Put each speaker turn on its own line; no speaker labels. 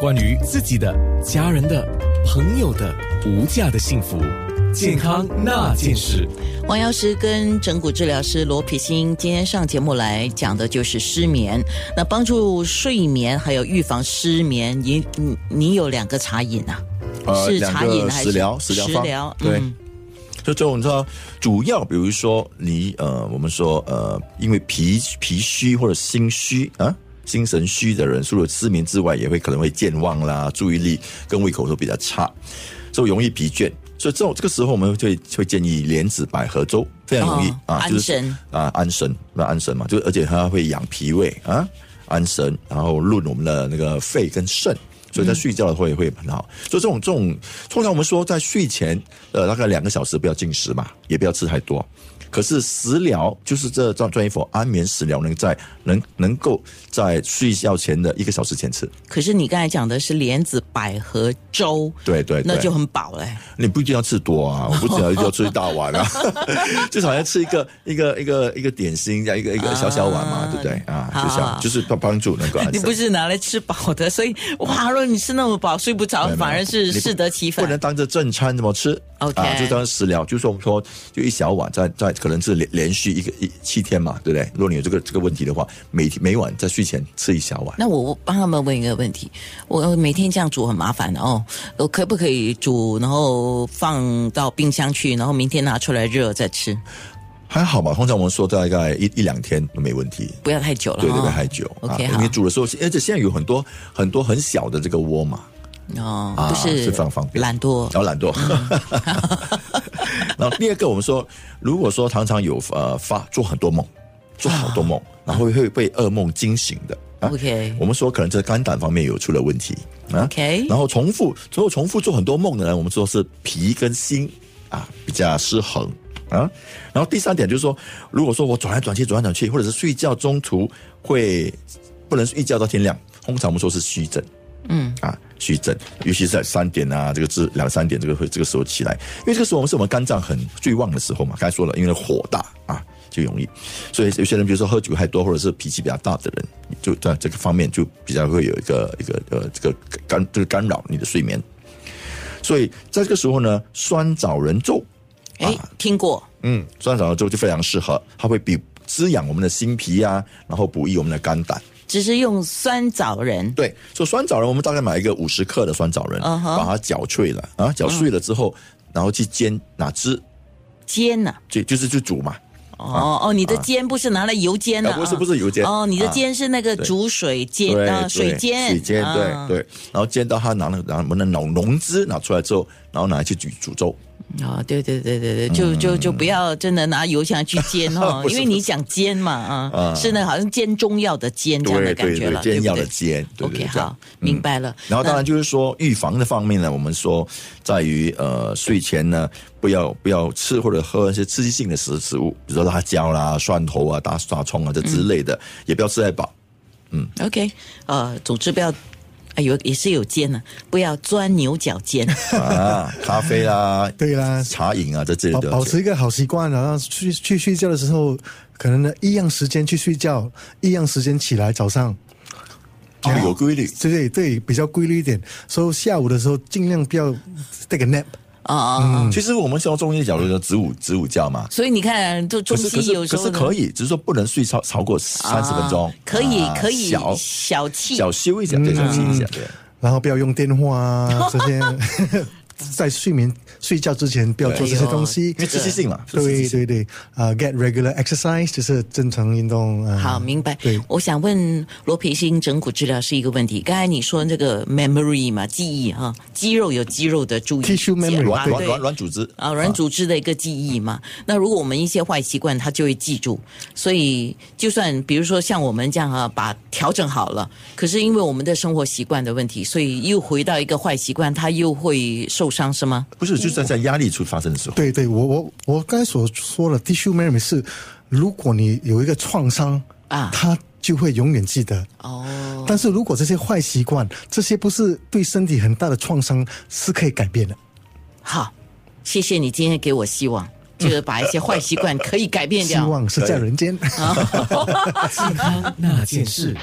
关于自己的、家人的、朋友的无价的幸福。健康那件事，
王药师跟整骨治疗师罗皮欣今天上节目来讲的就是失眠，那帮助睡眠还有预防失眠，你你你有两个茶饮啊？
呃，
是
两
茶饮
个
还
食
是
疗，食疗
食
方，
疗
对
嗯。
就这种，你知道，主要比如说你呃，我们说呃，因为脾脾虚或者心虚啊，心神虚的人，除了失眠之外，也会可能会健忘啦，注意力跟胃口都比较差，所以容易疲倦。所以这种这个时候，我们会会建议莲子百合粥，非常容易、
哦
啊，就是
安神
啊，安神，那安神嘛，就是而且它会养脾胃啊，安神，然后润我们的那个肺跟肾。所以在睡觉的
嗯
会会很好，所以这种这种，通常我们说在睡前呃大概两个小时不要进食嘛，也不要吃太多。可是食疗就是这专专业佛安眠食疗能在能能够在睡觉前的一个小时前吃，
可是你刚才讲的是莲子百合粥，
对对对
那就很饱嘞、
你不一定要吃多 啊，我不只要一定要吃一大碗啊， 就是好像吃一个一个一个一个点心这样一个一个小小碗嘛，
啊
对不对啊？
好
就
好好
像就是帮帮助能够安神。
你不是拿来吃饱的，所以哇，如果你吃那么饱睡不着
没有没，有
反而是
你不
适得其
不能
反。
当着正餐怎么吃
OK
啊，就当食疗，就是我们说就一小碗在在可能是连连续一个一七天嘛，对不对？如果你有这个这个问题的话，每天每晚在睡前吃一小碗。
那我帮他们问一个问题，我每天这样煮很麻烦的哦，我可不可以煮，然后放到冰箱去，然后明天拿出来热再吃，
还好吧，通常我们说大概一一两天都没问题。
不要太久了、哦。
对，对对，太久
OK，
啊
好
你煮的时候，而且现在有很多很多很小的这个窝嘛，
哦，
啊
不是，
是非常方便
懒惰
然。后哦懒惰。然后第二个，我们说，如果说常常有呃发做很多梦，做好多梦，然后会被噩梦惊醒的。啊
OK
我们说可能在肝胆方面有出了问题啊。
OK
然后重复，所有重复做很多梦的人，我们说是脾跟心啊比较失衡啊。然后第三点就是说，如果说我转来转去，转来转去，或者是睡觉中途会不能一觉到天亮，通常我们说是虚症。啊虚症，尤其是在三点啊，这个至两三点这个会这个时候起来，因为这个时候我们是我们肝脏很最旺的时候嘛，刚才说了，因为火大啊就容易，所以有些人比如说喝酒太多或者是脾气比较大的人，就在这个方面就比较会有一个一个呃这个干这个干扰你的睡眠，所以在这个时候呢，酸枣仁粥，
哎，听过，
嗯，酸枣仁粥就非常适合，它会比滋养我们的心脾啊，然后补益我们的肝胆。
只是用酸枣仁。
对，所以酸枣仁，我们大概买一个五十克的酸枣仁
嗯哼
把它搅碎了啊，搅碎了之后，然后去煎，拿汁
煎呐、
就就是去煮嘛，
哦哦，你的煎不是拿来油煎的、
啊啊不是不是油煎
哦，你的
啊
煎是那个
对
煮水煎
对
啊，
对
水煎，
水煎，对
啊
对，然后煎到它拿那拿我们的浓浓汁拿出来之后，然后拿去煮煮粥，
啊，对对对对对，就就就不要真的拿油箱去煎哦，
嗯 不是
因为你讲煎嘛啊，是那好像煎中药的煎这样的
对
感
对
觉
对
了，，
煎药的
对
煎，对
不对
对
OK，
这样嗯
好。，明白了。
然后当然就是说预防的方面呢，我们说在于呃睡前呢不要不要吃或者喝一些刺激性的食食物，比如说辣椒啦、蒜头啊、大大葱啊这
嗯
之类的，也不要吃太饱。
那 OK，呃，总之不要。哎呦，也是有煎呢、不要钻牛角尖。
啊，咖啡啦，
对啦
茶饮啊，这之类
保
的。
保持一个好习惯，然后去去睡觉的时候，可能呢一样时间去睡觉，一样时间起来，早上
哦有规律。
对对对，比较规律一点。所、以下午的时候尽量不要 take a nap。
啊啊、
嗯
啊！
其实我们从中医角度说，子午子午觉嘛，
所以你看，就中
可是可
西有
是
时
可
候
是
呢
可以，只是说不能睡超超过三十分钟
啊，可以
啊
可以
小
小憩
小休一下，对，小憩
嗯
一下，对。
然后不要用电话啊这 些，在睡眠睡觉之前不要做这些东西
哦因。为刺激性嘛，是刺激
对
性
对对，啊、g e t regular exercise 就是正常运动啊。
嗯
好，明白
对。
我想问罗培新整骨治疗是一个问题。刚才你说那个 memory 嘛，记忆哈，肌肉有肌肉的注意
Tissue memory，
健康
对
软软
对
软软组织
啊，软组织的一个记忆嘛。那如果我们一些坏习惯，它就会记住。所以，就算比如说像我们这样啊，把调整好了，可是因为我们的生活习惯的问题，所以又回到一个坏习惯，它又会受伤，是吗？
啊不是就是在在压力处发生的时候，
对对，我我我刚才所说的 tissue memory 是，如果你有一个创伤
啊
它就会永远记得。
哦，
但是如果这些坏习惯，这些不是对身体很大的创伤，是可以改变的。
好，谢谢你今天给我希望，就是把一些坏习惯可以改变
希
掉。
望是在人间。
健康那件事。